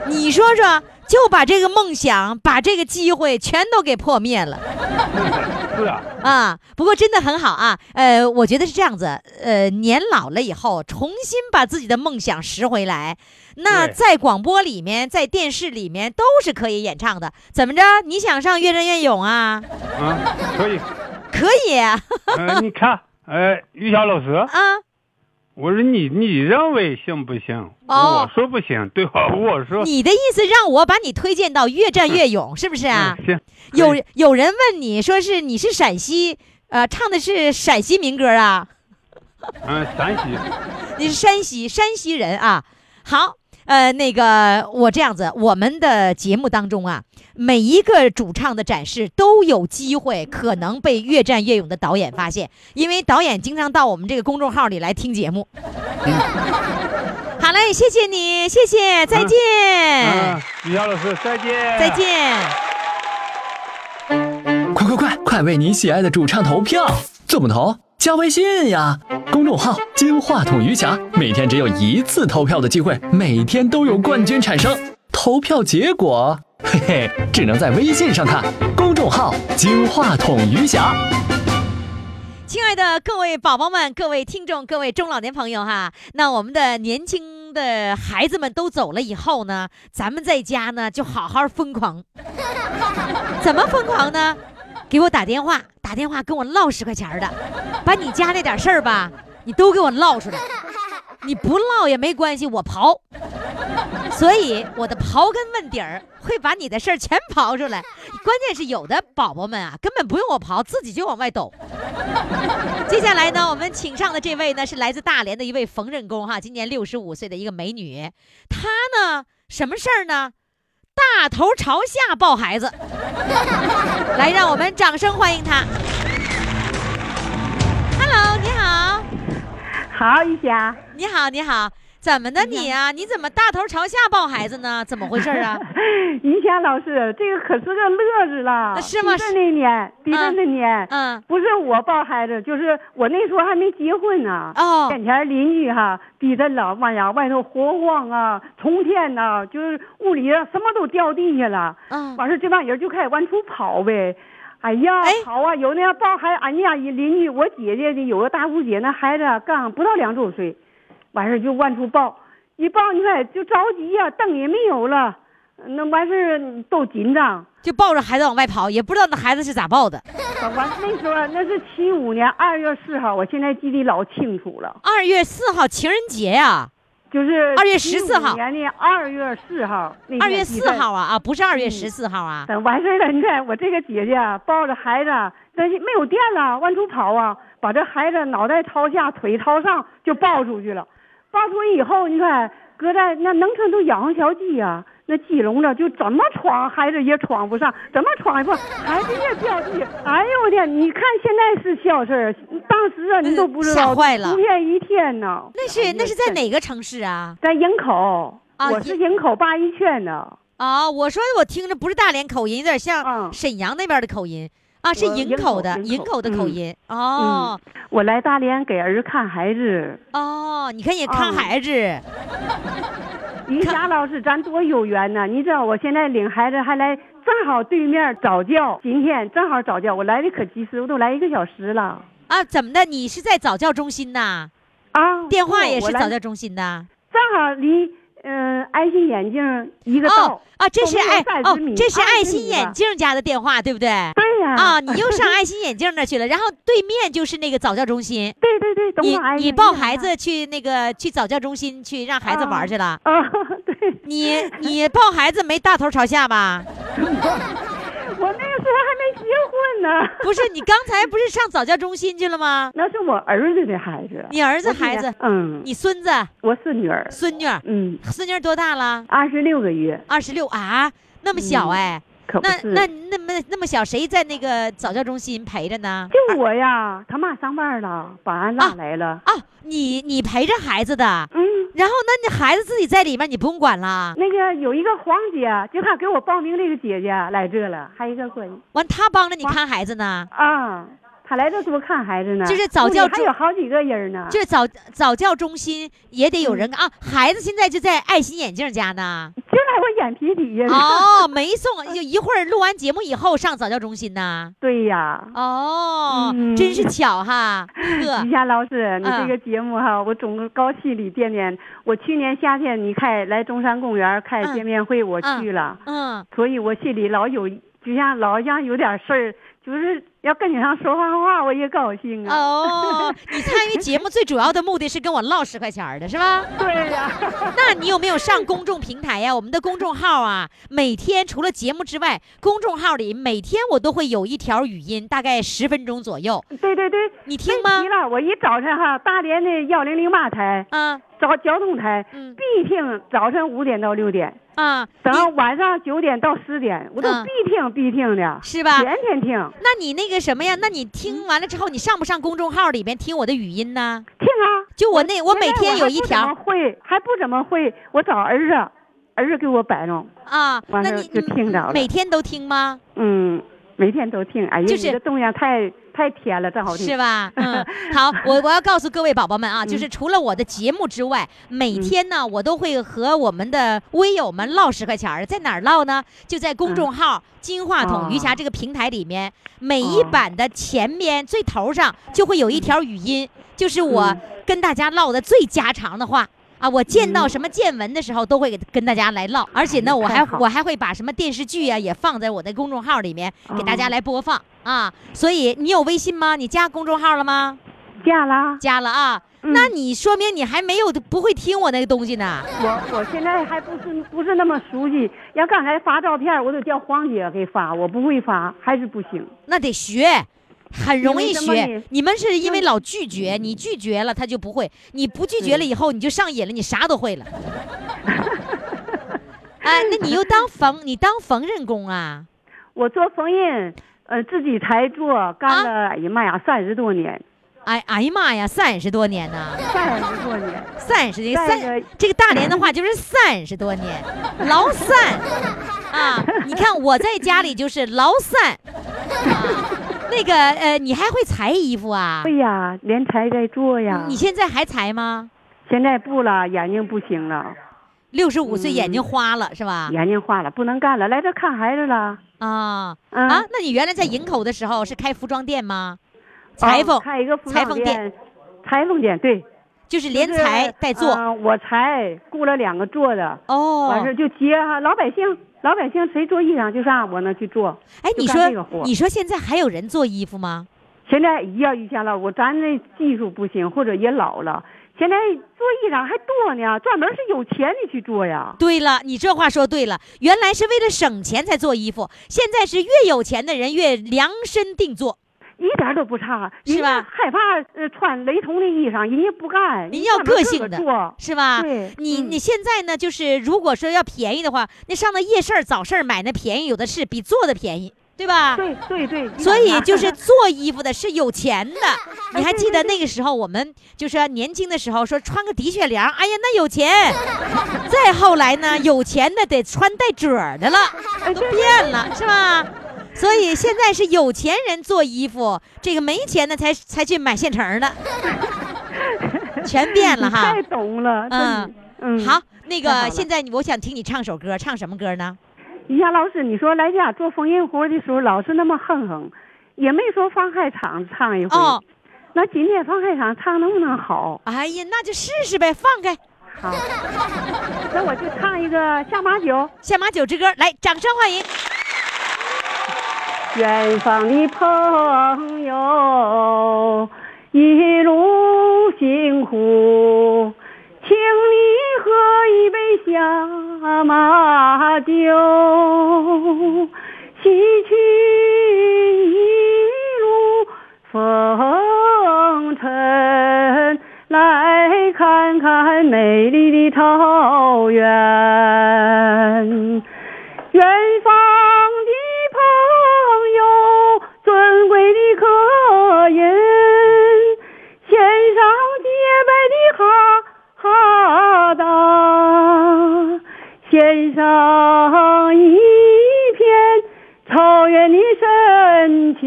S2: 你说说，就把这个梦想，把这个机会全都给破灭了。
S9: 是啊，
S2: 啊，不过真的很好啊。呃，我觉得是这样子，呃，年老了以后，重新把自己的梦想拾回来，那
S9: 对
S2: 在广播里面，在电视里面都是可以演唱的。怎么着？你想上《越战越勇》啊？
S9: 啊，所以，
S2: 可以啊。
S9: 呃，你看，呃，于霞老师，
S2: 啊
S9: 我说你你认为行不行？
S2: 哦
S9: 我说不行，对吧？我说
S2: 你的意思让我把你推荐到《越战越勇》，是不是啊？
S9: 嗯行，
S2: 有
S9: 可以
S2: 有人问你说是你是陕西，呃，唱的是陕西民歌啊？
S9: 嗯，陕西，
S2: 你是山西山西人啊。好，呃，那个我这样子，我们的节目当中啊，每一个主唱的展示都有机会可能被《越战越勇》的导演发现，因为导演经常到我们这个公众号里来听 节目。好嘞，谢谢你，谢谢，再
S9: 嗯
S2: 见，
S9: 嗯，于霞老师，再见，
S2: 哎再。见。
S5: 快快快，快为你喜爱的主唱投票！怎么投？加微信呀，公众号“金话筒余霞”，每天只有一次投票的机会，每天都有冠军产生。投票结果，嘿嘿，只能在微信上看。公众号“金话筒余霞”。
S2: 亲爱的各位宝宝们、各位听众、各位中老年朋友哈，那我们的年轻的孩子们都走了以后呢，咱们在家呢就好好疯狂。怎么疯狂呢？给我打电话，打电话跟我唠十块钱儿的，把你家那点事儿吧，你都给我唠出来。你不唠也没关系，我刨。所以我的刨根问底儿会把你的事儿全刨出来。关键是有的宝宝们啊，根本不用我刨，自己就往外抖。接下来呢，我们请上的这位呢是来自大连的一位缝纫工哈，今年六十五岁的一个美女，她呢什么事儿呢？大头朝下抱孩子，来，让我们掌声欢迎她。Hello，你好，
S10: 好，一霞，
S2: 你好，你好，怎么的你啊？你怎么大头朝下抱孩子呢？怎么回事儿 啊？
S10: 一霞老师，这个可是个乐子了。
S2: 啊是吗啊
S10: 地震那年，地震那年，
S2: 嗯，
S10: 不是我抱孩子，就是我那时候还没结婚呢。
S2: 哦
S10: 眼前邻居哈地震了，妈呀，外头火晃啊，冲天呐、就是屋里啊什么都掉地下了。
S2: 嗯
S10: 完事儿这帮人就开始往出跑呗。哎呀，
S2: 哎
S10: 跑啊！有那样抱孩子，俺家一邻居，我姐姐的有个大姑姐，那孩子啊刚不到两周岁，完事儿就往出抱，一抱你看就着急呀、凳也没有了，呃那完事儿都紧张。
S2: 就抱着孩子往外跑，也不知道那孩子是咋抱的。
S10: 完那时候啊那是七五年二月四号，我现在记得老清楚了，
S2: 二月四号情人节啊呀、
S10: 就是
S2: 2月14号
S10: 75年的二月四号，那
S2: 二月
S10: 天地
S2: 四
S10: 震
S2: 号啊啊，不是二月
S10: 嗯
S2: 十四号啊。
S10: 等完事儿了，你看我这个姐姐啊抱着孩子啊，那是没有电了，往出跑啊，把这孩子脑袋朝下，腿朝上就抱出去了。抱出去以后，你看搁在那能撑都养上小鸡呀、那鸡笼子就怎么闯，孩子也闯不上，怎么闯也不，孩子也掉地。哎呦我天！你看现在是小事儿，当时啊你都不知
S2: 吓
S10: 道，
S2: 坏了
S10: 不骗一天呢。
S2: 那是那是在？哪个城市啊？
S10: 在营口，
S2: 啊
S10: 我是营口八一圈的。
S2: 啊，我说我听着不是大连口音，有点像
S10: 嗯
S2: 沈阳那边的口音啊，是
S10: 我
S2: 营
S10: 营
S2: 口
S10: 口
S2: 的
S10: 营
S2: 营
S10: 口
S2: 口的口
S10: 嗯
S2: 音。哦
S10: 我来大连给儿子看孩子。
S2: 哦，你看也看
S10: 嗯
S2: 孩子，
S10: 于霞老师，咱多有缘呐！你知道我现在领孩子还来，正好对面早教，今天正好早教，我来的可及时，我都来一个小时了。
S2: 啊，怎么的？你是在早教中心呐？
S10: 啊，
S2: 电话也
S10: 我
S2: 是
S10: 来
S2: 早教中心的。
S10: 正好离嗯、爱心眼镜一个道
S2: 哦啊，这是
S10: 东
S2: 爱
S10: 面30
S2: 哦
S10: 米，
S2: 这是
S10: 20
S2: 爱
S10: 米
S2: 心
S10: 吧嗯
S2: 眼镜家的电话，对不对？
S10: 对呀、
S2: 啊，你又上爱心眼镜那儿去了，然后对面就是那个早教中心。
S10: 对对对，等
S2: 你
S10: 会儿
S2: 你抱孩子去那个去早教中心去让孩子玩
S10: 啊
S2: 去了，
S10: 啊， 对，
S2: 你 你抱孩子没大头朝下吧？
S10: 我那个时候还没结婚呢，
S2: 不是，你刚才不是上早教中心去了吗？
S10: 那是我儿子的孩子，
S2: 你儿子
S10: 我是
S2: 孩子，
S10: 嗯，
S2: 你孙子
S10: 我是女儿，
S2: 孙女，
S10: 嗯，
S2: 孙女多大了？
S10: 二十六个月，
S2: 二十六啊，那么小哎，
S10: 嗯可不
S2: 那
S10: 是，
S2: 那那么那么小，谁在那个早教中心陪着呢？
S10: 就我呀，他妈上班了，保安
S2: 啊
S10: 拉来了，
S2: 啊，你你陪着孩子的，
S10: 嗯。
S2: 然后那你孩子自己在里面，你不用管啦。
S10: 那个有一个黄姐，就她给我报名这个姐姐来这了，还有一个闺女
S2: 完，他帮着你看孩子呢，
S10: 啊，她来这多看孩子呢。
S2: 就是早教
S10: 屋里还有好几个人呢。
S2: 就是早早教中心也
S10: 嗯
S2: 得有人啊。孩子现在就在爱心眼镜家 呢。
S10: 就在我眼皮底下呢。
S2: 哦，没送，就一会儿录完节目以后上早教中 心呢。
S10: 对呀，
S2: 哦，
S10: 嗯
S2: 真是巧哈，
S10: 于
S2: 呵，
S10: 霞老师，你
S2: 啊
S10: 这
S2: 嗯
S10: 个节目哈，我总高兴里惦念。我去年夏天你开来中山公园开
S2: 嗯
S10: 见面会，我
S2: 嗯
S10: 去了，
S2: 嗯，
S10: 所以我心里老有，就像老像有点事儿，就是要跟你上说上话，我也高兴啊。
S2: 哦，你参与节目最主要的目的是跟我唠十块钱儿的是吧？
S10: 对呀，
S2: 那你有没有上公众平台呀？我们的公众号啊，每天除了节目之外，公众号里每天我都会有一条语音，大概十分钟左右，
S10: 对对对。
S2: 你听吗
S10: 提？了，我一早晨哈，大连的幺零零八台
S2: 啊
S10: 早交通台
S2: 嗯
S10: 必听，早晨五点到六点，
S2: 啊，
S10: 等
S2: 你
S10: 晚上九点到十点，我都
S2: 嗯
S10: 必听必听的，
S2: 是吧？
S10: 天天听
S2: 那你那个什
S10: 嗯
S2: 么呀？那你听完了之后，你上不上公众号里边听我的语音呢？
S10: 听啊。
S2: 就我那，我每天有一
S10: 现在我还
S2: 条
S10: 不怎么会还不怎么会，我找儿子，儿子给我摆弄，
S2: 啊。
S10: 完
S2: 那
S10: 事儿
S2: 你
S10: 就听着了
S2: 每天都听吗？
S10: 嗯，每天都听。哎呀，
S2: 就是
S10: 你这动静太太甜了，真好听。嗯
S2: 是吧？嗯，好，我我要告诉各位宝宝们啊，就是除了我的节目之外，每天呢，我都会和我们的微友们唠十块钱儿，在哪儿唠呢？就在公众号“金话筒余霞”
S10: 嗯哦
S2: 这个平台里面，每一
S10: 哦
S2: 版的前边最头上就会有一条语音，就是我
S10: 嗯
S2: 跟大家唠的最家常的话。啊，我见到什么见闻的时候，都会给跟大家来唠，而且呢，我还
S10: 嗯哎太好
S2: 我还会把什么电视剧啊也放在我的公众号里面给大家
S10: 哦
S2: 来播放啊。所以你有微信吗？你加公众号了吗？
S10: 嫁啦，
S2: 加了啊。
S10: 嗯
S2: 那你说明你还没有不会听我那个东西呢。
S10: 我我现在还不是不是那么熟悉。要刚才发照片，我得叫黄姐给发，我不会发，还是不行。
S2: 那得学，很容易
S10: 因为什么
S2: 学
S10: 你。嗯
S2: 你们是因为老拒绝，你拒绝了他就不会，你不拒绝了以后你就上瘾了，你啥都会了。哎，那你又当缝，你当缝纫工啊？
S10: 我做缝纫，呃，自己才做，干了，哎呀妈呀，三十多年，
S2: 哎哎呀妈呀，三十多年呐、
S10: 三十多年，
S2: 三十年
S10: 再一
S2: 三
S10: 个，
S2: 这个大连的话就是三十多 年，老散啊！你看我在家里就是老散啊。那个呃，你还会裁衣服啊？
S10: 对呀，连裁带做呀。
S2: 你现在还裁吗？
S10: 现在不了，眼睛不行了，
S2: 六十五岁
S10: 嗯
S2: 眼睛花了、是吧？
S10: 眼睛花了，不能干了，来这看孩子了。
S2: 啊、
S10: 嗯
S2: 啊！那你原来在营口的时候是开服装店吗？
S10: 啊
S2: 裁缝、
S10: 开一个服
S2: 裁
S10: 装
S2: 缝店，
S10: 店，裁缝店对，
S2: 就是
S10: 就
S2: 连
S10: 是
S2: 裁带做、
S10: 嗯我裁雇了两个做的，完
S2: 哦
S10: 事。就接哈老百姓，老百姓谁做衣裳就上我那去做。
S2: 哎，
S10: 就
S2: 你
S10: 干这个
S2: 说
S10: 活
S2: 你说现在还有人做衣服吗？
S10: 现在一要一下了，我咱这技术不行，或者也老了。现在做衣裳还多呢，专门是有钱的去做呀。
S2: 对了，你这话说对了，原来是为了省钱才做衣服，现在是越有钱的人越量身定做。
S10: 一点都不差，
S2: 是吧
S10: 人家害怕呃穿雷同的衣裳，人家不干，
S2: 人要
S10: 专门
S2: 个
S10: 自
S2: 性
S10: 个儿
S2: 的
S10: 做，
S2: 是吧？
S10: 对
S2: 你
S10: 嗯
S2: 你现在呢，就是如果说要便宜的话，那上那夜市儿、早市儿买那便宜有的是，比做的便宜，对吧？
S10: 对对对。你
S2: 所以
S10: 看
S2: 就是
S10: 看
S2: 做衣服的是有 钱的，你还记得那个时候我们就是年轻的时候说穿个的确良，哎呀那有钱。 再后来呢，有钱的得穿带褶儿的了，
S10: 哎
S2: 都变了是吧？所以现在是有钱人做衣服，这个没钱的才才去买现 成儿的，全变了哈
S10: 太。懂了，真的
S2: 嗯
S10: 嗯。
S2: 好，，那
S10: 太好
S2: 个
S10: 了
S2: 现在你我想听你唱首歌，唱什么歌呢？
S10: 于霞老师，你说来家做缝纫活的时候，老是那么哼哼，也没说放开场子唱一回。
S2: 哦，
S4: 那今天放开场唱能不能好？
S2: 哎呀，那就试试呗，放开
S4: 好，那我就唱一个下马酒。
S2: 下马酒之歌，来，掌声欢迎。
S4: 远方的朋友，一路辛苦，请你喝一杯下马酒，洗去一路风尘，来看看美丽的桃源。远方的朋友，尊贵的客人，献上洁白的哈哈达，献上一片草原的深情，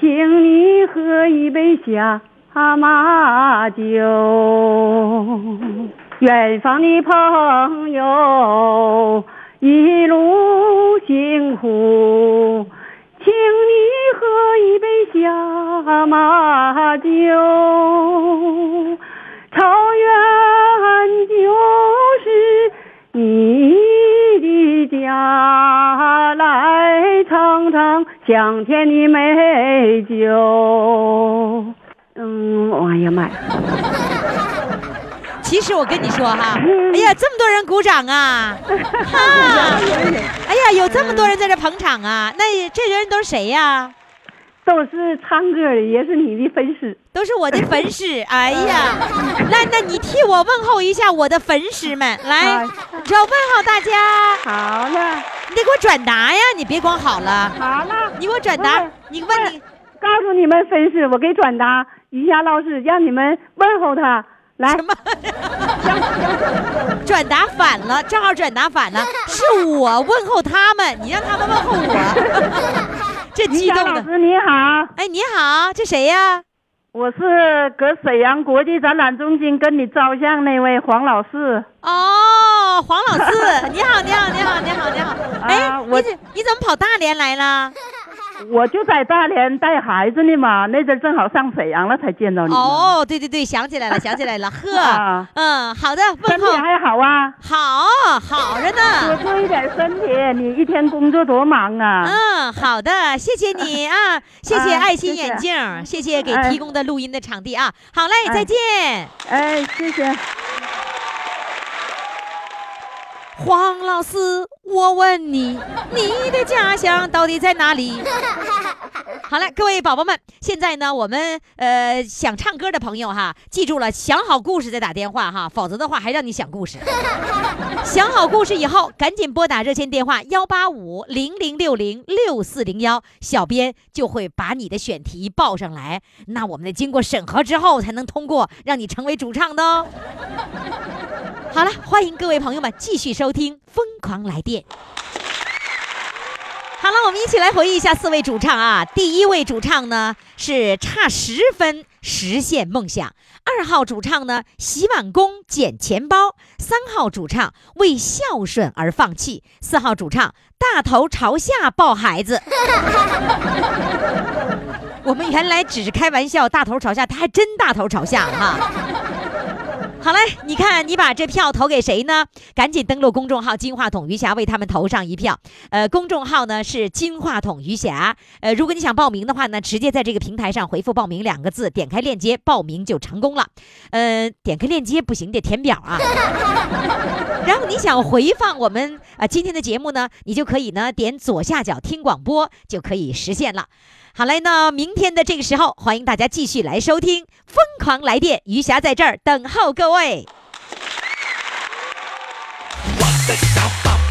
S4: 请你喝一杯下马酒。远方的朋友，一路辛苦，请你喝一杯下马酒。草原就是你的家，来尝尝香甜的美酒。嗯，哎呀妈呀！
S2: 其实我跟你说哈，哎呀，这么多人鼓掌啊，哈、哎呀，有这么多人在这捧场啊，那这人都是谁呀、
S4: 都是唱歌的，也是你的粉丝。
S2: 都是我的粉丝，哎呀，那那你替我问候一下我的粉丝们，来，只要问候大家，
S4: 好了，
S2: 你得给我转达呀，你别光好了，
S4: 好了，
S2: 你给我转达
S4: 问，
S10: 嗯
S2: 你问你
S4: 告诉你们粉丝，我给转达瑜伽老师，让你们问候他。来
S2: 什，么？ 转达反了，正好转达反了，是我问候他们，你让他们问候我， 这
S4: 瑜
S2: 激
S4: 伽
S2: 动
S4: 老
S2: 的。
S4: 师你好，
S2: 哎，你好，这谁呀？
S4: 我是搁沈阳国际展览中心跟你照相那位黄老师。
S2: 哦，黄老 四，你好，你好，你好，你好，你好。哎，
S4: 啊我
S2: 你怎你怎么跑大连来了？
S4: 我就在大连带孩子呢嘛，那阵正好上沈阳了才见到你。，
S2: 哦，对对对，想起来了，想起来了，呵
S4: 啊，
S2: 嗯，好的，问
S4: 身体
S2: 候，
S4: 还好啊？
S2: 好，好着
S4: 多
S2: 呢，
S4: 注意点身体，你一天工作多忙啊！
S2: 嗯，好的，谢谢 你啊，谢谢
S4: 啊
S2: 爱心
S4: 谢谢
S2: 眼镜儿，谢谢给
S4: 哎
S2: 提供的录音的场地啊，好嘞，
S4: 哎
S2: 再见。
S4: 哎，谢谢。
S2: 黄老师，我问你，你的家乡到底在哪里？好了，各位宝宝们，现在呢，我们呃想唱歌的朋友哈，记住了，想好故事再打电话哈，否则的话还让你想故事。想好故事以后，赶紧拨打热线电话幺八五零零六零六四零幺，小编就会把你的选题报上来。那我们得经过审核之后，才能通过，让你成为主唱的哦。好了，欢迎各位朋友们继续收听《疯狂来电》。好了，我们一起来回忆一下四位主唱啊。第一位主唱呢是差十分实现梦想，二号主唱呢洗碗工捡钱包，三号主唱为孝顺而放弃，四号主唱大头朝下抱孩子。 我们原来只是开玩笑，大头朝下，他还真大头朝下哈、好嘞，你看你把这票投给谁呢？赶紧登录公众号“金话筒余霞”，为他们投上一票。呃，公众号呢是“金话筒余霞”。呃，如果你想报名的话呢，直接在这个平台上回复“报名”两个字，点开链接报名就成功了。呃，点开链接不行，得填表啊。然后你想回放我们啊、呃今天的节目呢，你就可以呢点左下角听广播就可以实现了。好嘞，那明天的这个时候，欢迎大家继续来收听《疯狂来电》，余霞在这儿等候各位。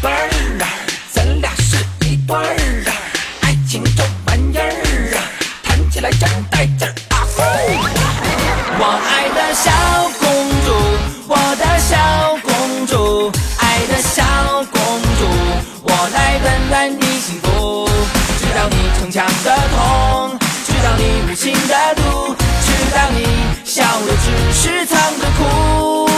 S1: 贝儿啊，咱俩是一对儿啊，爱情这玩意儿啊，谈起来真带劲儿啊！呼我爱的小公主，我的小公主，爱的小公主，我来温暖你幸福，知道你逞强的痛，知道你无情的毒，知道你笑的只是藏着哭。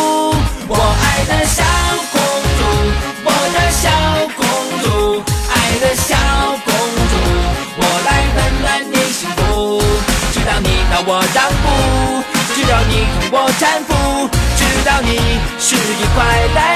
S1: 我爱的小公主，我的小公主，爱的小公主，我来温暖你幸福，知道你。我让步，只要你同我搀扶，知道你是一块来